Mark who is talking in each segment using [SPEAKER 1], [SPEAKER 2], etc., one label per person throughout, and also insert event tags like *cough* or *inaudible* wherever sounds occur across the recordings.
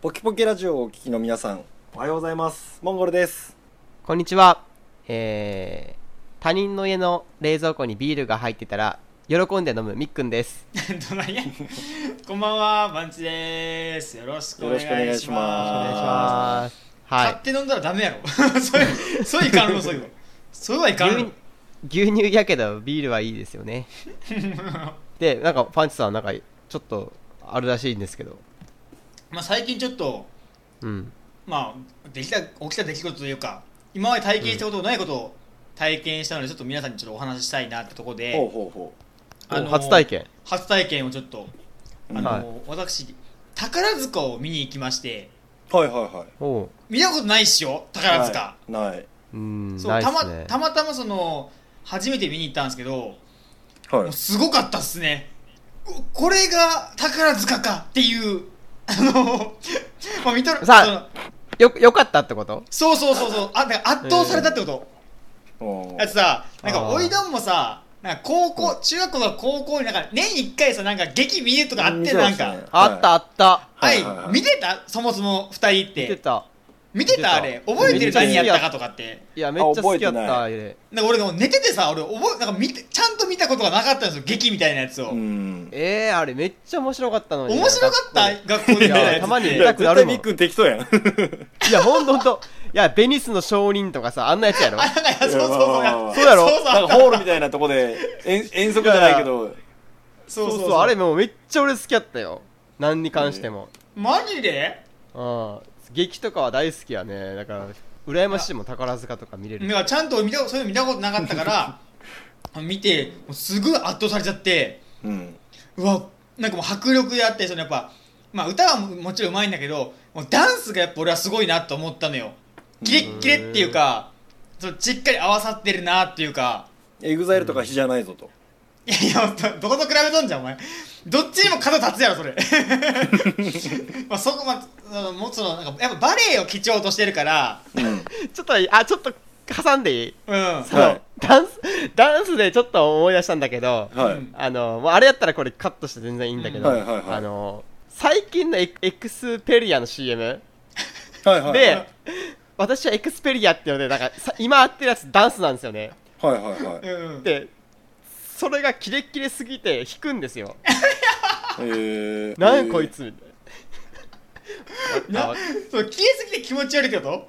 [SPEAKER 1] ポキポキラジオをお聞きの皆さん、おはようございます。モンゴルです。
[SPEAKER 2] こんにちは。えー、他人の家の冷蔵庫にビールが入ってたら、喜んで飲むみっくんです。
[SPEAKER 3] どないや *laughs* こんばんはバンチですよろしくお願い
[SPEAKER 1] よろ
[SPEAKER 3] します
[SPEAKER 1] しくお
[SPEAKER 2] お願いし
[SPEAKER 1] 願
[SPEAKER 2] ます。
[SPEAKER 3] 買
[SPEAKER 2] は
[SPEAKER 3] って飲んだらダメやろ *laughs* そういうそういかんのそういうのそうはいかんの
[SPEAKER 2] い。牛乳やけど、ビールはいいですよね。
[SPEAKER 3] *laughs*
[SPEAKER 2] で、なんか、パンチさん、なんか、ちょっと、あるらしいんですけど。
[SPEAKER 3] まあ最近ちょっと
[SPEAKER 2] うん。
[SPEAKER 3] まあできた起きた出来事というか今まで体験したことのないことを体験したのでちょっと皆さんにちょっとお話ししたいなってと
[SPEAKER 1] ほ
[SPEAKER 3] こ
[SPEAKER 1] う
[SPEAKER 3] で、
[SPEAKER 1] ほうほ
[SPEAKER 3] あのー
[SPEAKER 2] 初体験。
[SPEAKER 3] 初体験をちょっとあのー、
[SPEAKER 2] は
[SPEAKER 3] 私宝塚を見に行きまして
[SPEAKER 1] う。はいはいはい。
[SPEAKER 2] おう。
[SPEAKER 3] 見たことないっしょ宝塚、
[SPEAKER 1] はい。ない。
[SPEAKER 2] うん、
[SPEAKER 3] そう
[SPEAKER 2] ないっす
[SPEAKER 3] たま
[SPEAKER 2] ね
[SPEAKER 3] たまたまその初めて見に行ったんですけど、
[SPEAKER 1] は
[SPEAKER 3] もう
[SPEAKER 1] い。
[SPEAKER 3] すごかったっすねうこれが宝塚かっていうあの *laughs* まあ見とる
[SPEAKER 2] さあよ、よかったってこと
[SPEAKER 3] そのそうそうそうそうあだから圧倒されたってこと、
[SPEAKER 1] お
[SPEAKER 3] だってさなんか
[SPEAKER 2] あー
[SPEAKER 3] おいどんもさなんか高校、中学校とか高校になんか年1回さなんか劇見るとかあってなんか、
[SPEAKER 2] あったあった。
[SPEAKER 3] は
[SPEAKER 1] はいいはいはい
[SPEAKER 3] 見てたそもそも2人
[SPEAKER 2] 見
[SPEAKER 3] っ
[SPEAKER 2] て
[SPEAKER 3] て
[SPEAKER 2] た。
[SPEAKER 3] 見てた
[SPEAKER 2] 見てた
[SPEAKER 3] あれ覚えてる何やったかとかって
[SPEAKER 2] いや、めっちゃ好きやっ
[SPEAKER 1] あ
[SPEAKER 2] た、あれ。
[SPEAKER 3] なんか俺もう寝ててさ俺覚えなんか見てちゃんと見たことがなかったんですよ劇みたいなやつを、
[SPEAKER 1] うん。
[SPEAKER 2] えー、あれ、めっちゃ面白かったのに。
[SPEAKER 3] 面白かった学校で見たやつ
[SPEAKER 2] い
[SPEAKER 3] っ
[SPEAKER 2] や
[SPEAKER 3] て
[SPEAKER 2] たまに
[SPEAKER 1] い
[SPEAKER 2] 見
[SPEAKER 1] や、
[SPEAKER 2] たく
[SPEAKER 1] 絶
[SPEAKER 2] なる
[SPEAKER 1] 対
[SPEAKER 2] も
[SPEAKER 1] み
[SPEAKER 2] ん
[SPEAKER 1] っ。くん適当やん。
[SPEAKER 2] いや、ほんとほんと。いや、ベニスの証人とかさ、あんなやつやろ。
[SPEAKER 3] なんかそうそうそうや
[SPEAKER 1] いや
[SPEAKER 2] そうやろ
[SPEAKER 3] そうそう
[SPEAKER 1] なんかホールみたいなとこで、遠遠足じゃないけど、
[SPEAKER 3] そ
[SPEAKER 2] そうそう、あれもうめっちゃ俺好きやったよ。何に関しても。
[SPEAKER 3] マジで
[SPEAKER 2] うん。劇とかは大好きやね。だから、羨ましいもん、宝塚とか見れ
[SPEAKER 3] なん
[SPEAKER 2] る。
[SPEAKER 3] かちゃんと見たそういうの見たことなかったから見てもうすごい圧倒されちゃって
[SPEAKER 1] うん。
[SPEAKER 3] うわなんかもう迫力であってそのやっぱまあ歌はももちろんうまいんだけどもうダンスがやっぱ俺はすごいなと思ったのよキレッキレっていうかそうしっかり合わさってるなっていうか
[SPEAKER 1] エグザイルとか比じゃないぞと。
[SPEAKER 3] いやいやどこと比べとんじゃんお前どっちにも角立つやろそれまあそこまあのもうそのなんかやっぱバレエを基調としてるから
[SPEAKER 1] うん。
[SPEAKER 2] ちょっと、あ、ちょっと、挟んでいい
[SPEAKER 3] うん
[SPEAKER 2] その、
[SPEAKER 1] はい
[SPEAKER 2] ダンス、ダンスでちょっと思い出したんだけど、
[SPEAKER 1] は
[SPEAKER 3] うん
[SPEAKER 1] い。
[SPEAKER 2] あの、もうあれやったらこれカットして全然いいんだけど、
[SPEAKER 1] うんはいはいはい
[SPEAKER 2] あの、最近のエクエクスペリアの CM
[SPEAKER 1] はいはい。
[SPEAKER 2] で、私はエクスペリアっていうので、なんかさ、今合ってるやつダンスなんですよね。
[SPEAKER 1] はいはいはい。
[SPEAKER 3] う
[SPEAKER 1] え
[SPEAKER 3] ん
[SPEAKER 2] で、それがキレッキレすぎて弾くんですよ。 *laughs*
[SPEAKER 1] ー
[SPEAKER 2] なんこい。つみたいな。
[SPEAKER 3] な
[SPEAKER 2] あ
[SPEAKER 3] そう消えすぎて気持ち悪いってこと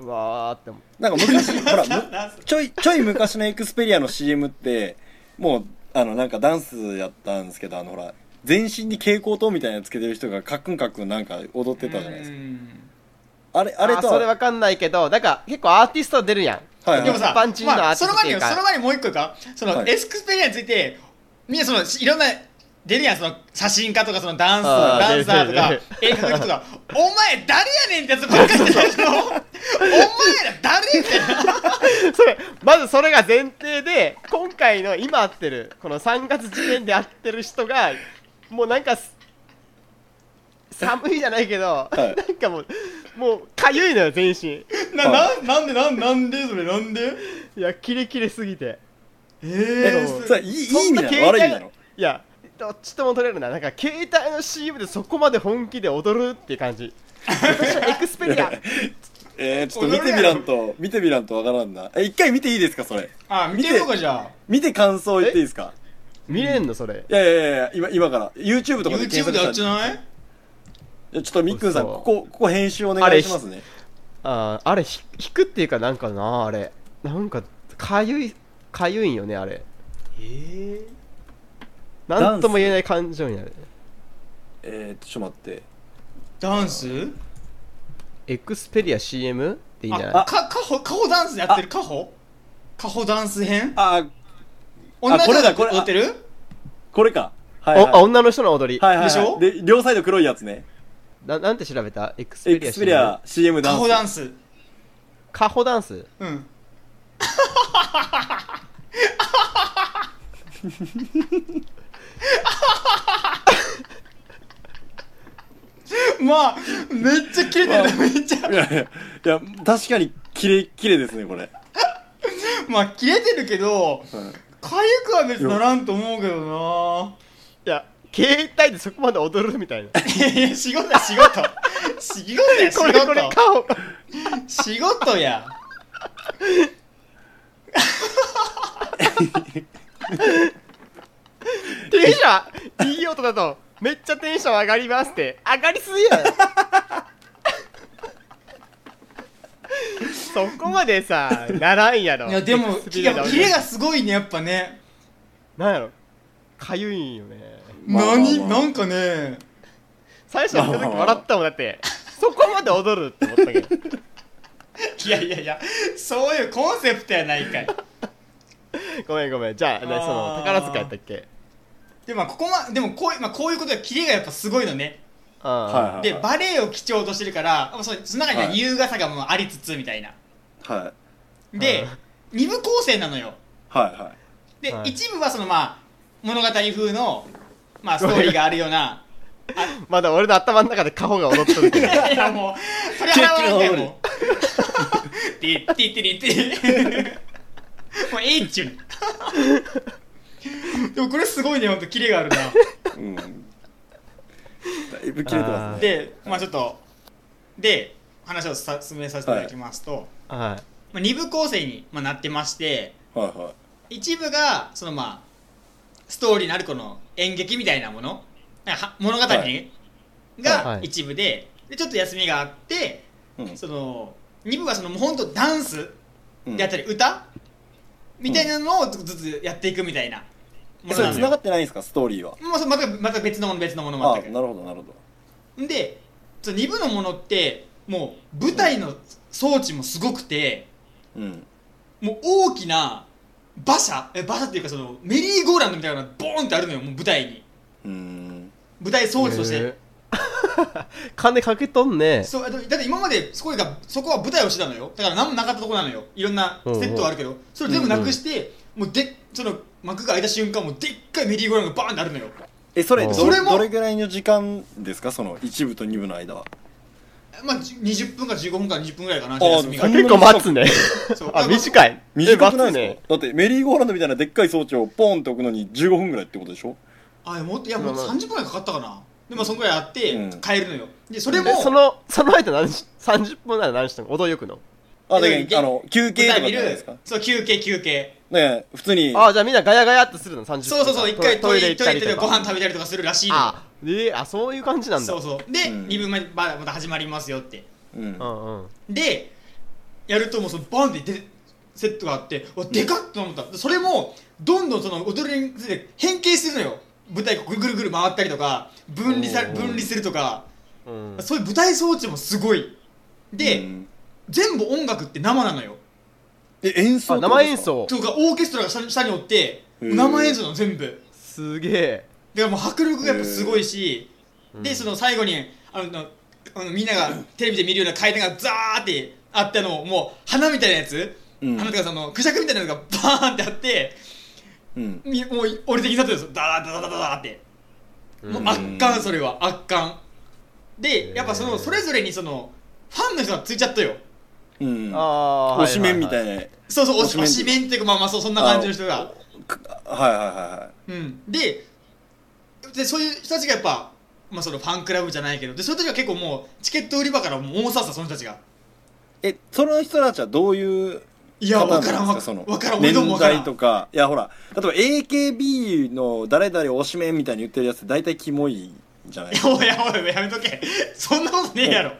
[SPEAKER 2] うわーって思う。
[SPEAKER 1] なんか昔、ほら、む
[SPEAKER 3] なんす
[SPEAKER 1] ちょい、ちょい昔のエクスペリアの CM って、もう、あの、なんかダンスやったんですけど、あの、ほら、全身に蛍光灯みたいなのつけてる人がカックンカックンなんか踊ってたじゃないです
[SPEAKER 3] う
[SPEAKER 1] か。
[SPEAKER 3] ん
[SPEAKER 1] あれ、あれとは
[SPEAKER 2] それわかんないけど、なんか結構アーティスト出るやん。
[SPEAKER 1] はい、
[SPEAKER 3] でもさ、
[SPEAKER 2] 一般人の
[SPEAKER 3] まあ、
[SPEAKER 2] アーテ
[SPEAKER 3] そ
[SPEAKER 2] ィ
[SPEAKER 3] の
[SPEAKER 2] スト
[SPEAKER 3] 前
[SPEAKER 2] 系
[SPEAKER 3] に
[SPEAKER 2] か
[SPEAKER 3] その前にもう一個かその、
[SPEAKER 1] はい
[SPEAKER 3] エクスペリアについてみんなそのいろんな出るやんその写真家とかそのダンス
[SPEAKER 2] あー
[SPEAKER 3] ダンサーとか
[SPEAKER 2] 出る
[SPEAKER 3] 絵描く人とか「お前誰やねん」ってやつばっかりしてるのお前ら誰みたい
[SPEAKER 2] *laughs*
[SPEAKER 3] な
[SPEAKER 2] それ、まずそれが前提で、今回の今会ってる、この3月時点で会ってる人が、もうなんかす、寒いじゃないけど、
[SPEAKER 1] い
[SPEAKER 2] なんかもう、もう、かゆいのよ、全身。
[SPEAKER 3] なななんでなんなんでそれなんで
[SPEAKER 2] いや、キレキレすぎて。
[SPEAKER 3] え
[SPEAKER 1] え
[SPEAKER 3] ー、
[SPEAKER 1] さいいいい意味なの悪い意味なの
[SPEAKER 2] いやどっちとも取れるななんか携帯の CM でそこまで本気で踊るっていう感じ私はエクスペリア
[SPEAKER 1] えー、ちょっと見てみらんと見てみらんとわからんなえ一回見ていいですかそれ
[SPEAKER 3] あ見てみようかじゃあ
[SPEAKER 1] 見て感想言っていいですか
[SPEAKER 2] 見れんのそれ
[SPEAKER 1] いやいやいや今今から YouTube とかで
[SPEAKER 3] YouTube
[SPEAKER 1] 検索
[SPEAKER 3] でやっ
[SPEAKER 1] した
[SPEAKER 3] ちゃ
[SPEAKER 1] ら
[SPEAKER 3] ない
[SPEAKER 1] いやちょっとみっくんさん
[SPEAKER 2] 嘘
[SPEAKER 1] ここここ編集お願いしますね
[SPEAKER 2] あーあれひ弾くっていうかなんかなあれなんかかゆいかゆいんよねあれ
[SPEAKER 3] えー、
[SPEAKER 2] なんとも言えない感情になる
[SPEAKER 1] えー、ちょっと待って
[SPEAKER 3] ダンス
[SPEAKER 2] エクスペリア CM っていいんじゃ
[SPEAKER 3] あ、
[SPEAKER 2] ない
[SPEAKER 3] か、かほ、かほダンスやってるかほかほダンス編
[SPEAKER 1] あー
[SPEAKER 3] 同じ
[SPEAKER 1] これだ
[SPEAKER 3] やつ
[SPEAKER 1] これ
[SPEAKER 3] 踊ってる
[SPEAKER 1] これかはい
[SPEAKER 2] お
[SPEAKER 1] はい
[SPEAKER 2] あ女の人の踊り、
[SPEAKER 1] はいはいはい
[SPEAKER 3] でしょ
[SPEAKER 1] で両サイド黒いやつね
[SPEAKER 2] ななんて調べたエクスペ
[SPEAKER 1] エ
[SPEAKER 2] リ
[SPEAKER 1] ク
[SPEAKER 2] ア
[SPEAKER 1] スペリア CM ダ
[SPEAKER 3] か
[SPEAKER 1] ン
[SPEAKER 3] ほ
[SPEAKER 1] ス
[SPEAKER 3] ダンス。
[SPEAKER 2] カホダンス
[SPEAKER 3] うん。 *laughs* まあ、めっちゃ切れてるな、めっちゃ。
[SPEAKER 1] いやいやいや確かにキレキレですねこれ、
[SPEAKER 3] まあ、切れてるけど、
[SPEAKER 1] うん
[SPEAKER 3] かゆくは別にならんと思うけど
[SPEAKER 2] いや携帯でそこまで踊るみ *laughs* たいな
[SPEAKER 3] いや仕事だ仕事仕事や仕
[SPEAKER 2] これこれ
[SPEAKER 3] 事
[SPEAKER 2] 顔
[SPEAKER 3] 仕事や
[SPEAKER 2] テンションいい音だとめっちゃテンション上がりますって上がりすぎ
[SPEAKER 3] *laughs*
[SPEAKER 2] やろそこまでさならんやろ
[SPEAKER 3] いやでも
[SPEAKER 2] ス
[SPEAKER 3] キ
[SPEAKER 2] ピ
[SPEAKER 3] レ
[SPEAKER 2] ード
[SPEAKER 3] が
[SPEAKER 2] が
[SPEAKER 3] キレがすごいねやっぱね
[SPEAKER 2] なんやろかゆいんよね
[SPEAKER 1] まあまあまあ
[SPEAKER 3] 何なんかね
[SPEAKER 2] 最初やった時笑ったもんだってそこまで踊るって思ったけど
[SPEAKER 3] いやいやいやそういうコンセプトやないかい
[SPEAKER 2] ごめんごめんじゃあねその
[SPEAKER 3] あー
[SPEAKER 2] 宝塚やったっけ
[SPEAKER 3] でもまあここまでもこういう、まあ、こういうことはキレがやっぱすごいのね
[SPEAKER 2] あ
[SPEAKER 1] は
[SPEAKER 3] でバレエを基調としてるからまあそうその中には
[SPEAKER 1] はい
[SPEAKER 3] 優雅さがもうありつつみたいな
[SPEAKER 1] はい
[SPEAKER 3] で
[SPEAKER 2] は
[SPEAKER 3] 二部構成なのよ
[SPEAKER 1] はいはい
[SPEAKER 3] で、
[SPEAKER 2] はい
[SPEAKER 3] 一部はそのまあ物語風のまあストーリーがあるような
[SPEAKER 2] ーまだ俺の頭の中でカホが踊っとるけ
[SPEAKER 3] い
[SPEAKER 2] ど
[SPEAKER 3] *laughs* やいやもうそれ払わなきゃ
[SPEAKER 1] 結局
[SPEAKER 3] もうティッティッティッティもうええっちゅうでもこれすごいねほんとキレがあるな
[SPEAKER 1] うんだいぶ切れてますね
[SPEAKER 3] でまあちょっとで話をさ進めさせていただきますと、
[SPEAKER 2] はい
[SPEAKER 3] まあ、2部構成に、まあ、なってまして
[SPEAKER 1] はいはい
[SPEAKER 3] 一部がそのまあストーリーのあるこの演劇みたいなものなんかは物語ね、
[SPEAKER 1] はい
[SPEAKER 2] は
[SPEAKER 3] が
[SPEAKER 2] い
[SPEAKER 3] 一部ででちょっと休みがあって
[SPEAKER 1] うん
[SPEAKER 3] その2部はそのもうほんとダンス
[SPEAKER 1] うん
[SPEAKER 3] であったり歌、みたいなのをずつやっていくみたいな
[SPEAKER 1] え
[SPEAKER 3] もの
[SPEAKER 1] それ
[SPEAKER 3] なの
[SPEAKER 1] 繋
[SPEAKER 3] よ
[SPEAKER 1] がってないんですかストーリーは
[SPEAKER 3] もうそれまたまた別のもの別のもの
[SPEAKER 1] ああ
[SPEAKER 3] 全
[SPEAKER 1] なるほどなるほど
[SPEAKER 3] くでその2部のものってもう舞台の装置もすごくて、
[SPEAKER 1] うん
[SPEAKER 3] もう大きな馬車え馬車っていうかそのメリーゴーランドみたいなのがボーンってあるのよもう舞台に
[SPEAKER 1] うーん
[SPEAKER 3] 舞台装置として、
[SPEAKER 2] へー *laughs* 金かけとんね
[SPEAKER 3] そうあとだって今までそこがそこは舞台をしてたのよだから何もなかったとこなのよいろんなセットはあるけど、それ全部なくして、もうでその幕が開いた瞬間もうでっかいメリーゴーランドがバーンってあるのよ
[SPEAKER 1] えそれ
[SPEAKER 2] うん
[SPEAKER 1] ど
[SPEAKER 3] それも
[SPEAKER 1] どれぐらいの時間ですかその一部と二部の間は
[SPEAKER 3] まあじゅ20分から15分から20分ぐらいかな
[SPEAKER 1] ー
[SPEAKER 3] 休みが
[SPEAKER 1] そんな
[SPEAKER 2] 結構待つね
[SPEAKER 3] そう
[SPEAKER 2] あ
[SPEAKER 3] ま
[SPEAKER 2] 短い
[SPEAKER 1] 短くない
[SPEAKER 2] え待つ
[SPEAKER 1] ですかだってメリーゴーランドみたいなでっかい装置をポンと置くのに15分ぐらいってことでしょ
[SPEAKER 3] あもっといやもう
[SPEAKER 2] まあまあ
[SPEAKER 3] 30分ぐらいかかったかなでもそんぐらいあって、
[SPEAKER 1] うん
[SPEAKER 3] 帰るのよでそれも
[SPEAKER 2] えそのその間何し30分なら何してんの踊よくの
[SPEAKER 1] あだ
[SPEAKER 3] いや
[SPEAKER 1] け
[SPEAKER 3] いや
[SPEAKER 1] どあの休
[SPEAKER 3] 舞
[SPEAKER 1] 憩とか
[SPEAKER 3] 台
[SPEAKER 1] じゃな
[SPEAKER 3] 見
[SPEAKER 1] いです
[SPEAKER 3] る
[SPEAKER 1] かね
[SPEAKER 3] そう休憩休憩
[SPEAKER 1] え普通に
[SPEAKER 2] ああじゃあみんなガヤガヤってするの30分
[SPEAKER 3] そうそうそう一回トイレ行ったりとか
[SPEAKER 2] とか
[SPEAKER 3] ご飯食べたりとかするらしいの
[SPEAKER 2] あえー、あそういう感じなんだ
[SPEAKER 3] そうそうで、
[SPEAKER 1] うん
[SPEAKER 3] 二分目まだまた始まりますよって
[SPEAKER 1] うん
[SPEAKER 2] うんうん
[SPEAKER 3] でやるともうそのバンってでセットがあってわでかっと思った、それもどんどんその踊りについて変形するのよ舞台がぐるぐるぐる回ったりとか分離さ
[SPEAKER 2] おー
[SPEAKER 3] 分離するとか、
[SPEAKER 2] うん
[SPEAKER 3] そういう舞台装置もすごいで、
[SPEAKER 1] うん
[SPEAKER 3] 全部音楽って生なのよ
[SPEAKER 1] え演奏
[SPEAKER 2] あ
[SPEAKER 1] ってこ
[SPEAKER 2] 生
[SPEAKER 1] とで
[SPEAKER 2] 演
[SPEAKER 1] すか
[SPEAKER 2] 奏
[SPEAKER 3] とかオーケストラが下下におって
[SPEAKER 1] へー
[SPEAKER 3] 生演奏なの全部
[SPEAKER 2] すげえ
[SPEAKER 3] だからもう迫力がやっぱすごいし、でその最後にあのあのみんながテレビで見るような階段がザーってあったのをもう花みたいなやつ、
[SPEAKER 1] うん
[SPEAKER 3] 花とかそのクジャクみたいなのがバーンってあって
[SPEAKER 1] うん
[SPEAKER 3] みもう俺的になってるんですよダーダダダダダーってもう
[SPEAKER 1] あ
[SPEAKER 3] 圧巻それは圧巻でやっぱそ
[SPEAKER 2] へー
[SPEAKER 3] のそれぞれにそのファンの人がついちゃったよ
[SPEAKER 1] うん
[SPEAKER 2] ああ
[SPEAKER 1] 推しメンみた
[SPEAKER 2] ない
[SPEAKER 1] な
[SPEAKER 3] そうそうお
[SPEAKER 1] 推
[SPEAKER 3] し
[SPEAKER 1] し
[SPEAKER 3] お
[SPEAKER 1] メン
[SPEAKER 3] しメンっていうかまあまあそうそんな感じの人が
[SPEAKER 1] くはいはいはいはい
[SPEAKER 3] うん、ででそういう人たちがやっぱ、まあ、そのファンクラブじゃないけどでそういう時は結構もうチケット売り場からもう大ささその人たちが
[SPEAKER 1] えその人たちはどういう
[SPEAKER 3] いや
[SPEAKER 1] 方なん
[SPEAKER 3] わ
[SPEAKER 1] です
[SPEAKER 3] からんわか
[SPEAKER 1] その
[SPEAKER 3] わからん俺でも
[SPEAKER 1] 年
[SPEAKER 3] わから
[SPEAKER 1] 代と
[SPEAKER 3] ん
[SPEAKER 1] かいやほら例えば AKB の誰々推しメンみたいに言ってるやつ大体キモいじゃない
[SPEAKER 3] いやおいやおいやめとけ *laughs* そんなことねえや *laughs* ろ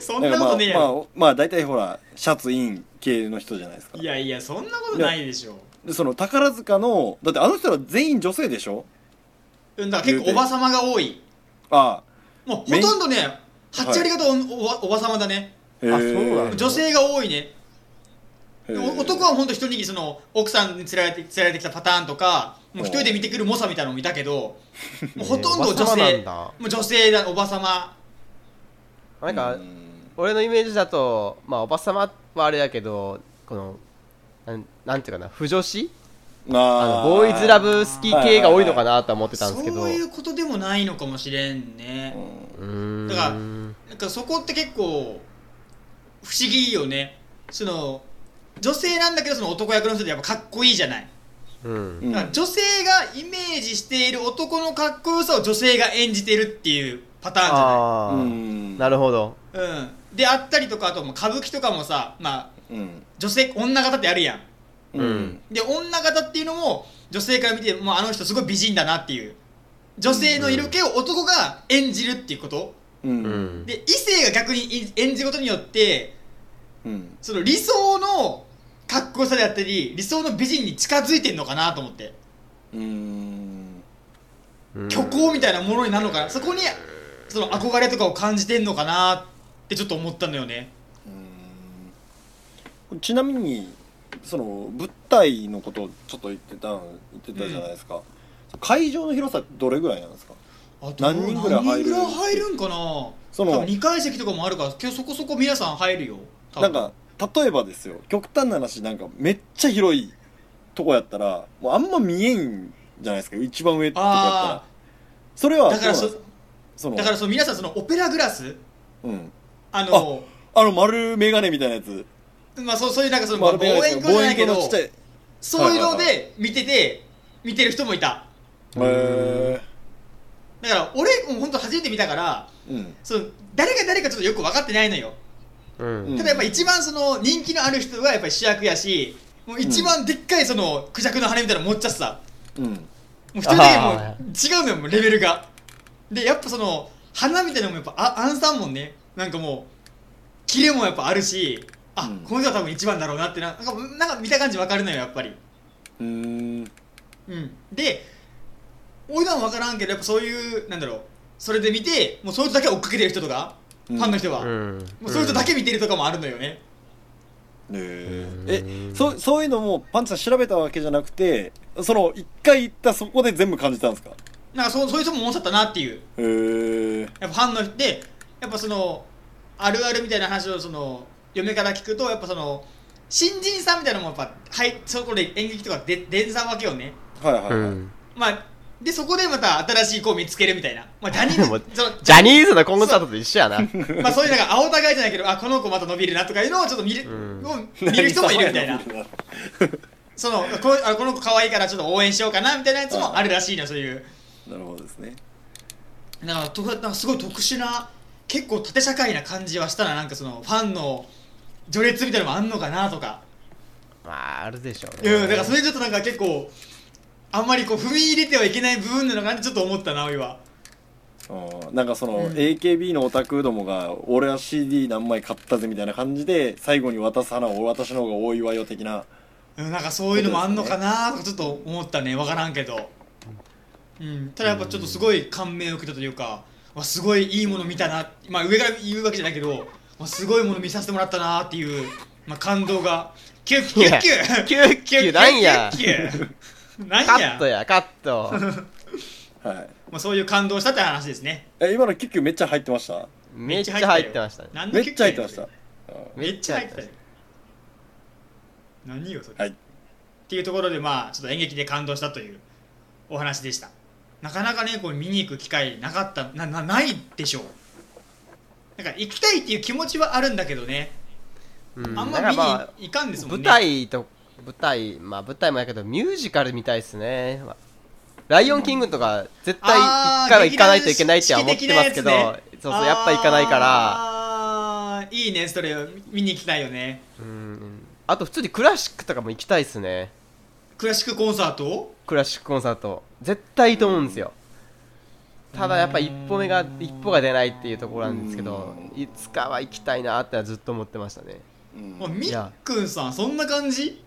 [SPEAKER 3] そんな
[SPEAKER 1] か
[SPEAKER 3] ことねえや
[SPEAKER 1] まあ
[SPEAKER 3] ろ、
[SPEAKER 1] まあまあ大体ほらシャツイン系の人じゃないですか
[SPEAKER 3] いやいやそんなことないでしょ
[SPEAKER 1] でその宝塚のだってあの人ら全員女性でしょ
[SPEAKER 3] うんだから結構おばさまが多い
[SPEAKER 1] あ
[SPEAKER 3] もう
[SPEAKER 1] メ
[SPEAKER 3] ほ
[SPEAKER 1] イン
[SPEAKER 3] とんどね8割方お,、おばおばさまだね
[SPEAKER 1] あへえ
[SPEAKER 2] あそうなんだ
[SPEAKER 3] 女性が多いね
[SPEAKER 1] へえ
[SPEAKER 3] お男はほんと一握りその奥さんに連れられて連れられてきたパターンとかもう一人で見てくる猛者みたいなのもいたけ *laughs* どもうほと
[SPEAKER 2] お
[SPEAKER 3] んど
[SPEAKER 2] ば
[SPEAKER 3] 女
[SPEAKER 2] さまなん
[SPEAKER 3] 性
[SPEAKER 2] だ
[SPEAKER 3] もう女性だおばさま
[SPEAKER 2] なんか、
[SPEAKER 1] うん
[SPEAKER 2] 俺のイメージだとまあおばさまはあれやけどこのなんなんていうかな不女子あ
[SPEAKER 1] あ
[SPEAKER 2] のボーイズラブ好き系が多いのかなとは思ってたんですけど
[SPEAKER 3] そういうことでもないのかもしれんね
[SPEAKER 1] うん、
[SPEAKER 2] うーん
[SPEAKER 3] だからなんかそこって結構不思議よねその女性なんだけどその男役の人ってやっぱかっこいいじゃない
[SPEAKER 2] うん
[SPEAKER 1] うん
[SPEAKER 3] だから女性がイメージしている男のかっこよさを女性が演じているっていうパターンじゃ
[SPEAKER 2] あ
[SPEAKER 1] う
[SPEAKER 2] ー
[SPEAKER 1] ん
[SPEAKER 2] なるほど
[SPEAKER 3] ないうん。であったりとかあともう歌舞伎とかもさ、まあ、
[SPEAKER 1] うん
[SPEAKER 3] 女性女方ってあるやん
[SPEAKER 1] う
[SPEAKER 2] うん
[SPEAKER 1] ん
[SPEAKER 3] で女方っていうのも女性から見てもうあの人すごい美人だなっていう女性の色気を男が演じるっていうこと
[SPEAKER 1] う
[SPEAKER 2] うんん
[SPEAKER 3] で異性が逆にい演じることによって
[SPEAKER 1] うん
[SPEAKER 3] その理想のかっこよさであったり理想の美人に近づいてんのかなと思って
[SPEAKER 1] うん
[SPEAKER 2] うん
[SPEAKER 3] 虚構みたいなものになるのかなそこにその憧れとかを感じてんのかなってちょっと思ったのよね
[SPEAKER 1] うんちなみにその物体のことをちょっと言ってた言ってたじゃないですか、会場の広さってどれぐらいなんですか
[SPEAKER 3] あ
[SPEAKER 1] 何人ぐらい入る
[SPEAKER 3] 何人ぐらい入るんかな
[SPEAKER 1] そ
[SPEAKER 3] 多
[SPEAKER 1] の
[SPEAKER 3] 分2階席とかもあるから今日そこそこ皆さん入るよ多
[SPEAKER 1] な
[SPEAKER 3] 分
[SPEAKER 1] んか例えばですよ極端な話なんかめっちゃ広いとこやったらもうあんま見えんじゃないですか一番上とかやった
[SPEAKER 3] あ
[SPEAKER 1] らそれは
[SPEAKER 3] だから
[SPEAKER 1] どう
[SPEAKER 3] そ
[SPEAKER 1] なんですその
[SPEAKER 3] だからその皆さんそのオペラグラス
[SPEAKER 1] うん、
[SPEAKER 3] あの
[SPEAKER 1] あの丸眼鏡みたいなやつ
[SPEAKER 3] まあそうそういうなんかそのまあ望
[SPEAKER 1] 丸眼鏡
[SPEAKER 3] 遠鏡じゃないけど
[SPEAKER 1] 望遠鏡のちっちゃいへ
[SPEAKER 3] そういうの
[SPEAKER 1] はいは
[SPEAKER 3] で見てて見てる人もいた
[SPEAKER 1] え
[SPEAKER 3] だから俺もう本当初めて見たから
[SPEAKER 1] うん
[SPEAKER 3] その誰が誰かちょっとよく分かってないのよ
[SPEAKER 2] うん
[SPEAKER 3] ただやっぱ一番その人気のある人がやっぱり主役やしもう一番でっかいそのクジャクの羽みたいなの持っちゃってさ
[SPEAKER 1] うん
[SPEAKER 3] もう一人だけもう
[SPEAKER 2] あ
[SPEAKER 3] 違うのよもうレベルがでやっぱその花みたいなのもやっぱああんさんもんねなんかもうキレもやっぱあるしあ、
[SPEAKER 1] うん
[SPEAKER 3] この人は多分一番だろうなってななんかなんか見た感じ分かるのよやっぱり
[SPEAKER 1] うーん
[SPEAKER 3] うんで俺らは分からんけどやっぱそういうなんだろうそれで見てもうそういう人だけ追っかけてる人とか、
[SPEAKER 1] うん
[SPEAKER 3] ファンの人は、
[SPEAKER 2] う
[SPEAKER 3] も
[SPEAKER 2] ん
[SPEAKER 3] うそういう人だけ見てるとかもあるのよね、
[SPEAKER 1] え
[SPEAKER 2] うん
[SPEAKER 1] えそそういうのもパンチさん調べたわけじゃなくてその一回行ったそこで全部感じたんですか
[SPEAKER 3] なんかそうそういう人も多かったなっていう
[SPEAKER 1] へえ
[SPEAKER 3] やっぱファンの人でやっぱそのあるあるみたいな話をその嫁から聞くとやっぱその新人さんみたいなのもやっぱはいそこで演劇とかで伝さんわけよね
[SPEAKER 1] はいはいは
[SPEAKER 2] う
[SPEAKER 1] い、
[SPEAKER 2] ん
[SPEAKER 3] まあでそこでまた新しい子を見つけるみたいな、まあ、ジャニ
[SPEAKER 2] *laughs*
[SPEAKER 3] ー
[SPEAKER 2] もう
[SPEAKER 3] ズその
[SPEAKER 2] ジャニーズのコンサートと一緒やな
[SPEAKER 3] *laughs* まあそういうなんか青互いじゃないけどあこの子また伸びるなとかいうのをちょっと見る,、
[SPEAKER 2] うん
[SPEAKER 3] を見る人もいるみたい
[SPEAKER 1] *laughs*
[SPEAKER 3] な
[SPEAKER 1] 何様や
[SPEAKER 3] *laughs* そのこあこの子可愛いからちょっと応援しようかなみたいなやつもあるらしいなそういう
[SPEAKER 1] なるほどですね
[SPEAKER 3] なんかとなんかすごい特殊な結構縦社会な感じはしたらなんかそのファンの序列みたいなのもあんのかなとか
[SPEAKER 2] まああるでしょう
[SPEAKER 3] うんだからそ
[SPEAKER 2] れ
[SPEAKER 3] れちょっとなんか結構あんまりこう踏み入れてはいけない部分なのかなってちょっと思ったな俺は
[SPEAKER 1] うんなんかその、
[SPEAKER 3] うん
[SPEAKER 1] AKB のオタクどもが「俺は CD 何枚買ったぜ」みたいな感じで最後に渡す花を私の方が多いわよ的な
[SPEAKER 3] うんなんかそういうのもあんのかなとかちょっと思ったね分からんけどうんただやっぱちょっとすごい感銘を受けたというかわすごいいいもの見たなまあ上から言うわけじゃないけどわすごいもの見させてもらったなっていう、まあ、感動がキュッキュッキュッ
[SPEAKER 2] キュッキュなんや
[SPEAKER 3] キュッキュッキュッなん
[SPEAKER 2] カッ
[SPEAKER 3] や
[SPEAKER 2] トやカット
[SPEAKER 3] *laughs*
[SPEAKER 1] はい
[SPEAKER 3] まあ、そういう感動したって話ですね
[SPEAKER 1] え今のキュッキュめっちゃ入ってました
[SPEAKER 2] めっちゃ入ってましたね
[SPEAKER 3] 何の
[SPEAKER 1] め
[SPEAKER 3] キュ
[SPEAKER 1] っち
[SPEAKER 3] ッキ
[SPEAKER 1] ゃ
[SPEAKER 3] ュ
[SPEAKER 1] 入ってました
[SPEAKER 2] うん
[SPEAKER 3] めっちゃ入ってたよ何よそれ、
[SPEAKER 1] はい
[SPEAKER 3] っていうところでまあちょっと演劇で感動したというお話でしたなかなかねこう見に行く機会なかったななないでしょうなんか行きたいっていう気持ちはあるんだけどね、
[SPEAKER 2] うん
[SPEAKER 3] あんま
[SPEAKER 2] だから
[SPEAKER 3] 見に
[SPEAKER 2] まあ
[SPEAKER 3] 行かんですもん
[SPEAKER 2] 舞
[SPEAKER 3] ね
[SPEAKER 2] 台と舞台まあ舞台もやけどミュージカルみたいですねまあライオンキングとか絶対一
[SPEAKER 3] あー
[SPEAKER 2] 回は行かないといけないっては思ってますけど、
[SPEAKER 3] 劇団四季
[SPEAKER 2] そうそうやっぱ行かないから
[SPEAKER 3] あーいいねそれ見に行きたいよね
[SPEAKER 2] うんあと普通にクラシックとかも行きたいですね
[SPEAKER 3] クラシックコンサート
[SPEAKER 2] クラシックコンサート絶対いいと思うんですよただやっぱ一歩目が一歩が出ないっていうところなんですけどいつかは行きたいなってはずっと思ってましたね
[SPEAKER 1] うん
[SPEAKER 3] あみ
[SPEAKER 2] い
[SPEAKER 3] っ
[SPEAKER 2] や
[SPEAKER 3] くんさんそんな感じ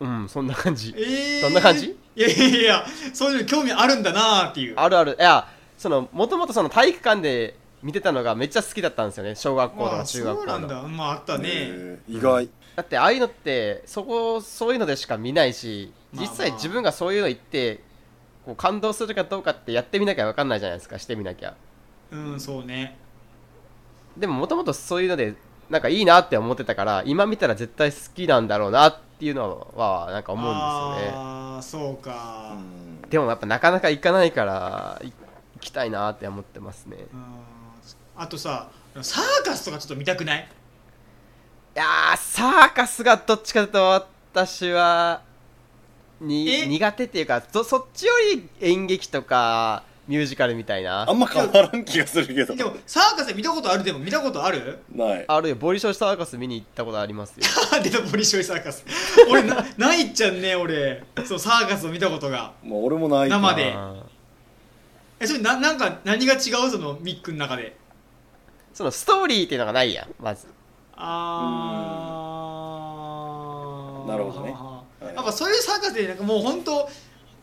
[SPEAKER 2] うんそんな感じ
[SPEAKER 3] えー、
[SPEAKER 2] どんな感じ
[SPEAKER 3] いやいやいやそういうの興味あるんだなーっていう
[SPEAKER 2] あるあるいやそのもともとその体育館で見てたのがめっちゃ好きだったんですよね小学校と
[SPEAKER 3] ま
[SPEAKER 2] か
[SPEAKER 3] あ
[SPEAKER 2] 中学
[SPEAKER 3] そ
[SPEAKER 2] 校
[SPEAKER 3] う
[SPEAKER 2] の
[SPEAKER 3] なんだまああったね、
[SPEAKER 1] えー意外
[SPEAKER 2] だってああいうのってそこそういうのでしか見ないし
[SPEAKER 3] まあ
[SPEAKER 2] 実
[SPEAKER 3] まあ
[SPEAKER 2] 際自分がそういうの行ってこう感動するかどうかってやってみなきゃ分かんないじゃないですかしてみなきゃ
[SPEAKER 3] うんそうね
[SPEAKER 2] でももともとそういうのでなんかいいなって思ってたから今見たら絶対好きなんだろうなっていうのはなんか思うんですよね
[SPEAKER 3] ああそうか
[SPEAKER 1] う
[SPEAKER 2] でもやっぱなかなか行かないからい行きたいなって思ってますね
[SPEAKER 3] うんあとさサーカスとかちょっと見たくない
[SPEAKER 2] いやーサーカスがどっちかというと私はに
[SPEAKER 3] え
[SPEAKER 2] 苦手っていうかそそっちより演劇とかミュージカルみたいな
[SPEAKER 1] あんま変わらん気がするけど
[SPEAKER 3] でもサーカスで見たことあるでも見たことある *laughs*
[SPEAKER 1] ない
[SPEAKER 2] あるよボリショイサーカス見に行ったことありますよ
[SPEAKER 3] 出たボリショイサーカス俺な *laughs* ないっちゃんね俺そうサーカスを見たことが
[SPEAKER 1] もう俺もない
[SPEAKER 3] 生まで
[SPEAKER 2] あー
[SPEAKER 3] えそれななんか何が違うそのミックの中で
[SPEAKER 2] そのストーリーっていうのがないやんまず
[SPEAKER 3] あ
[SPEAKER 1] うんなるほどねはい
[SPEAKER 3] やっぱそういうサーカスでなんかもう本当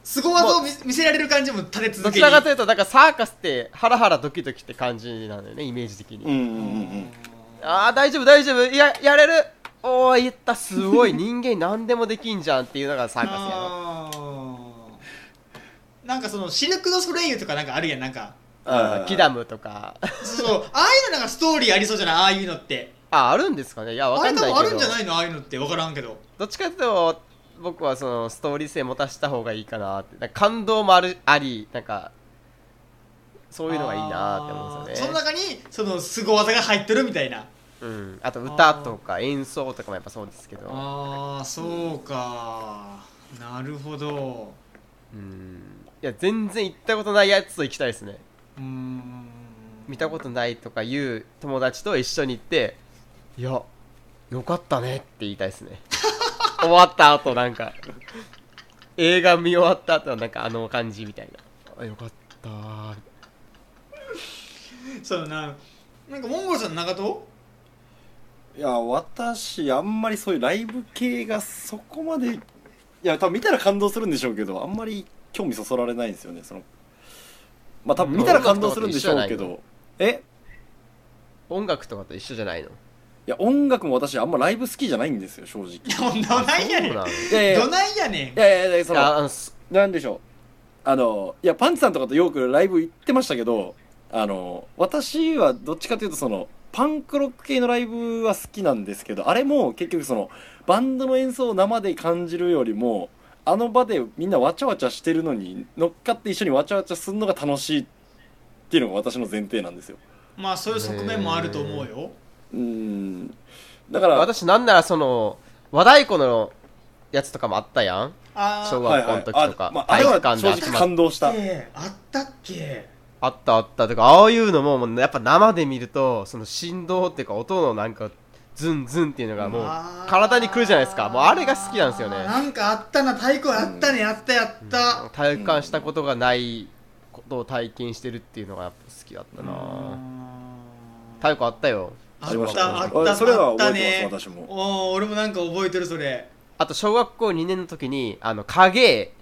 [SPEAKER 3] 凄技を見見せられる感じも立て続
[SPEAKER 2] ど
[SPEAKER 3] け
[SPEAKER 2] ち
[SPEAKER 3] に
[SPEAKER 2] らかというとだからサーカスってハラハラドキドキって感じなのよねイメージ的に、
[SPEAKER 1] うんうんうん
[SPEAKER 2] ああ大丈夫大丈夫いややれるおおやったすごい人間何でもできんじゃんっていうのがサーカスやろ
[SPEAKER 3] あーなんかそのシルク・ドゥ・ソレイユとかなんかあるやんなんか
[SPEAKER 1] あ
[SPEAKER 2] あーキダムとか
[SPEAKER 3] そうそうああいうのなんかストーリーありそうじゃないああいうのって
[SPEAKER 2] ああるんですかねいやわ
[SPEAKER 3] あ
[SPEAKER 2] か
[SPEAKER 3] れ
[SPEAKER 2] ん
[SPEAKER 3] 多
[SPEAKER 2] ない
[SPEAKER 3] 分
[SPEAKER 2] け
[SPEAKER 3] ある
[SPEAKER 2] ど
[SPEAKER 3] んじゃないのああいうのって分からんけど
[SPEAKER 2] どっちかというと僕はそのストーリー性持たせた方がいいかなってなんか感動もあるありなんかそういうのがいいなって思うんですよね
[SPEAKER 3] あーその中にその凄技が入ってるみたいな
[SPEAKER 2] うん、あと歌とか演奏とかもやっぱそうですけど、
[SPEAKER 3] ああそうかなるほど
[SPEAKER 2] うん、いや全然行ったことないやつと行きたいですね
[SPEAKER 3] うーん
[SPEAKER 2] 見たことないとかいう友達と一緒に行って「いやよかったね」って言いたいですね終わった後なんか映画見終わった後はなんかあの感じみたいなあよかったー
[SPEAKER 3] そうななんかモンゴルさんの中と
[SPEAKER 1] いや私あんまりそういうライブ系がそこまでいや多分見たら感動するんでしょうけどあんまり興味そそられないんですよねそのまあ多分見たら感動するんでしょうけどえ
[SPEAKER 2] 音楽とかと一緒じゃないの
[SPEAKER 1] いや音楽も私あんまライブ好きじゃないんですよ正直い
[SPEAKER 3] いやもうどないやねん
[SPEAKER 2] そうなのい
[SPEAKER 1] やいや
[SPEAKER 3] どないやね
[SPEAKER 1] い
[SPEAKER 3] ん
[SPEAKER 1] やいやいやそ
[SPEAKER 2] や
[SPEAKER 1] の
[SPEAKER 2] あのす
[SPEAKER 1] なんでしょうあのいやパンツさんとかとよくライブ行ってましたけどあの私はどっちかというとそのパンクロック系のライブは好きなんですけどあれも結局そのバンドの演奏を生で感じるよりもあの場でみんなわちゃわちゃしてるのに乗っかって一緒にわちゃわちゃするのが楽しいっていうのが私の前提なんですよ
[SPEAKER 3] まあそういう側面もあると思うよ
[SPEAKER 1] うんだから
[SPEAKER 2] 私なんならその和太鼓のやつとかもあったやん
[SPEAKER 3] あ
[SPEAKER 2] 昭
[SPEAKER 3] ー
[SPEAKER 2] 和
[SPEAKER 1] はいはい
[SPEAKER 2] 学校の時とか
[SPEAKER 1] あまああれは
[SPEAKER 2] 体育
[SPEAKER 1] 正
[SPEAKER 2] 館で集まって
[SPEAKER 1] 直感動し
[SPEAKER 3] あ
[SPEAKER 1] た
[SPEAKER 3] っけあったっけ
[SPEAKER 2] あったあったとかああいうのももうやっぱ生で見るとその振動っていうか音のなんかズンズンっていうのがもう
[SPEAKER 3] あー
[SPEAKER 2] 体にくるじゃないですかもうあれが好きなんですよね
[SPEAKER 3] なんかあったな太鼓あったね、あったやった、
[SPEAKER 2] 体感したことがないことを体験してるっていうのがやっぱ好きだったな太鼓あったよ
[SPEAKER 3] あ
[SPEAKER 1] りま
[SPEAKER 3] っ
[SPEAKER 1] した
[SPEAKER 3] たあ
[SPEAKER 1] ね
[SPEAKER 3] った
[SPEAKER 1] あそれは
[SPEAKER 3] あった
[SPEAKER 1] 覚えてます私も
[SPEAKER 3] おー俺もなんか覚えてるそれ
[SPEAKER 2] あと小学校2年の時にあの影絵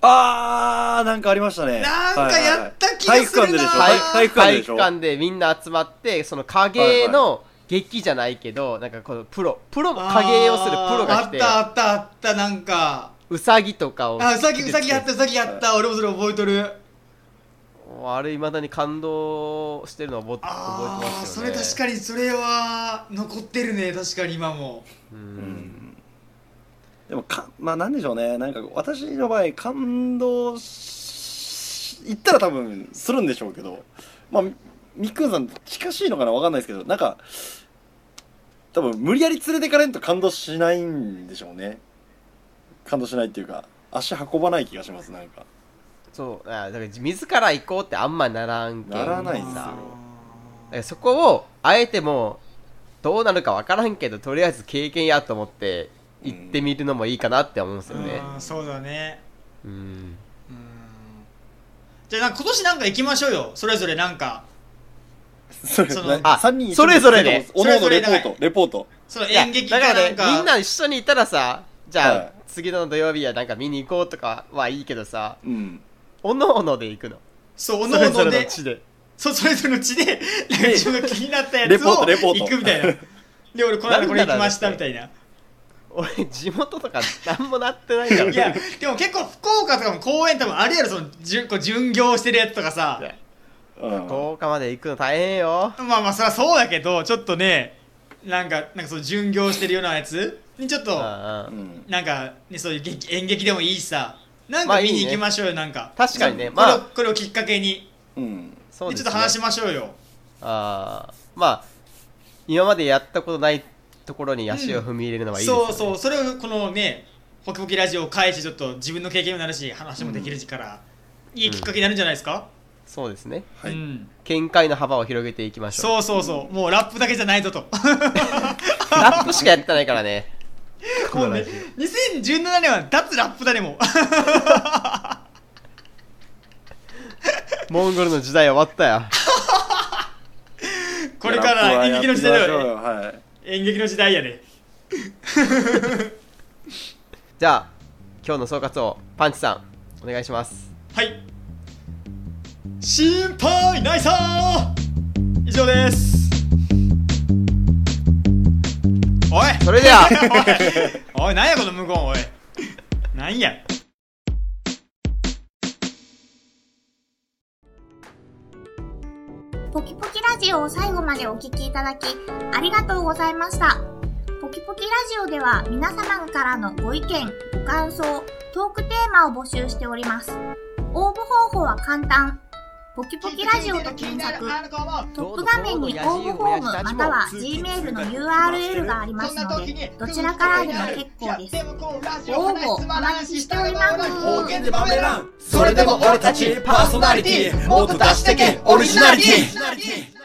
[SPEAKER 1] あーなんかありましたね
[SPEAKER 3] なんかやった気がするな
[SPEAKER 1] はいはいはい体育館ででしょ体育館ででし
[SPEAKER 2] 体
[SPEAKER 3] 体
[SPEAKER 2] 育
[SPEAKER 1] ょ
[SPEAKER 2] 館でみんな集まってその影絵の劇じゃないけどなんかこのプロプロ影絵をするプロが来て
[SPEAKER 3] あーあったあったあったなんか
[SPEAKER 2] うさぎとかを
[SPEAKER 3] あうさぎ
[SPEAKER 2] 着
[SPEAKER 3] う
[SPEAKER 2] て
[SPEAKER 3] さぎやったうさぎやった俺もそれ覚えとる
[SPEAKER 2] あれいまだに感動してるのは覚え
[SPEAKER 3] あ
[SPEAKER 2] 覚えて
[SPEAKER 3] あ
[SPEAKER 2] ます
[SPEAKER 3] そ
[SPEAKER 2] よ
[SPEAKER 3] れ
[SPEAKER 2] ね
[SPEAKER 3] 確かにそれは残ってるね確かに今も
[SPEAKER 2] う
[SPEAKER 1] うんんでもかまあなんでしょうねなんか私の場合感動し言ったら多分するんでしょうけどまあみみっくんさんと近しいのかなわかんないですけどなんか多分無理やり連れてかれんと感動しないんでしょうね感動しないっていうか足運ばない気がしますなんか
[SPEAKER 2] そうあだから自ら行こうってあんまならんけん
[SPEAKER 1] ならないんですよ
[SPEAKER 2] さだからそこをあえてもうどうなるかわからんけどとりあえず経験やと思って行ってみるのもいいかなって思うんですよね
[SPEAKER 3] うんそうだね
[SPEAKER 2] うん
[SPEAKER 3] うんじゃあなんか今年なんか行きましょうよそれぞれなんか
[SPEAKER 1] そ
[SPEAKER 3] その
[SPEAKER 2] あ
[SPEAKER 1] 3人
[SPEAKER 2] それぞれで
[SPEAKER 1] おのおのレポ
[SPEAKER 3] そ
[SPEAKER 1] ー
[SPEAKER 3] れぞ
[SPEAKER 1] ト
[SPEAKER 3] れ
[SPEAKER 1] レポート
[SPEAKER 3] その
[SPEAKER 2] いや
[SPEAKER 3] 演劇か
[SPEAKER 2] だ
[SPEAKER 3] なん
[SPEAKER 2] か
[SPEAKER 3] から
[SPEAKER 2] ねみんな一緒にいたらさじゃあ、
[SPEAKER 1] はい
[SPEAKER 2] 次の土曜日やなんか見に行こうとかはいいけどさ
[SPEAKER 1] うん
[SPEAKER 2] おのおので行くの
[SPEAKER 3] そうお
[SPEAKER 2] お
[SPEAKER 3] のおの
[SPEAKER 2] の
[SPEAKER 3] で
[SPEAKER 2] 地で
[SPEAKER 3] そうそれぞれの地でなんか自分が気になったや
[SPEAKER 1] レ
[SPEAKER 3] つ
[SPEAKER 1] ポー
[SPEAKER 3] を
[SPEAKER 1] トレポート
[SPEAKER 3] 行くみたいなで俺この間これ行きました
[SPEAKER 2] な
[SPEAKER 3] み
[SPEAKER 2] ん
[SPEAKER 3] た
[SPEAKER 2] だ
[SPEAKER 3] いな
[SPEAKER 2] 俺地元とかなんもなってないから
[SPEAKER 3] いやでも結構福岡とかも公園多分あるやろそのじゅこう巡業してるやつとかさ
[SPEAKER 2] いや
[SPEAKER 1] うん
[SPEAKER 2] 福岡まで行くの大変よ
[SPEAKER 3] まあまあそりゃそうだけどちょっとねなんかなんかその巡業してるようなやつにちょっと
[SPEAKER 2] うんうん
[SPEAKER 1] うん
[SPEAKER 3] なんか、ね、そういう劇演劇でもいいしさなん
[SPEAKER 2] まあ
[SPEAKER 3] か
[SPEAKER 2] いい
[SPEAKER 3] 見
[SPEAKER 2] ね
[SPEAKER 3] に行きましょうよ、なんか
[SPEAKER 2] 確かにね
[SPEAKER 3] そう
[SPEAKER 2] まあ
[SPEAKER 3] これをこれをきっかけに
[SPEAKER 1] うん
[SPEAKER 2] そう
[SPEAKER 3] で
[SPEAKER 2] です
[SPEAKER 3] ち
[SPEAKER 2] ね
[SPEAKER 3] ょっと話しましょうよ
[SPEAKER 2] あーまあ今までやったことないところに足を踏み入れるのはいいですよ
[SPEAKER 3] そ
[SPEAKER 2] ね
[SPEAKER 3] うそうそれをこのねポキポキラジオを返してちょっと自分の経験にもなるし話もできるしから、いいきっかけになるんじゃないですか、
[SPEAKER 2] そうですね
[SPEAKER 1] はい、
[SPEAKER 3] うん
[SPEAKER 2] 見解の幅を広げていきま *laughs* しょう
[SPEAKER 3] そうそうそうもうラップだけじゃないぞと
[SPEAKER 2] ラップしかやってないからねこ
[SPEAKER 3] も
[SPEAKER 2] の
[SPEAKER 3] う
[SPEAKER 2] ラ
[SPEAKER 3] ね
[SPEAKER 2] ジ
[SPEAKER 3] *laughs* 2017年は脱ラップだねもう
[SPEAKER 2] オモンゴルの時代は終わったよ
[SPEAKER 3] これから演劇の時代だ
[SPEAKER 1] いやラップはやっていきましょうよ
[SPEAKER 3] よ
[SPEAKER 1] はい
[SPEAKER 3] 演劇の時代やね
[SPEAKER 2] じゃあ今日の総括をパンチさんお願いします
[SPEAKER 3] はい心配ないさー以上ですおい
[SPEAKER 2] それでは
[SPEAKER 3] おいなんやこの無言おいなんや
[SPEAKER 4] ポキポキラジオを最後までお聞きいただき、ありがとうございました。ポキポキラジオでは皆様からのご意見、ご感想、トークテーマを募集しております。応募方法は簡単。ポキポキラジオと検索、トップ画面に応募フォームまたは Gmail の URL がありますので、どちらからでも結構です。応募お待ちしております。
[SPEAKER 1] で豆ラン
[SPEAKER 5] それでも俺たちパーソナリティもっと出してけオリジナリティ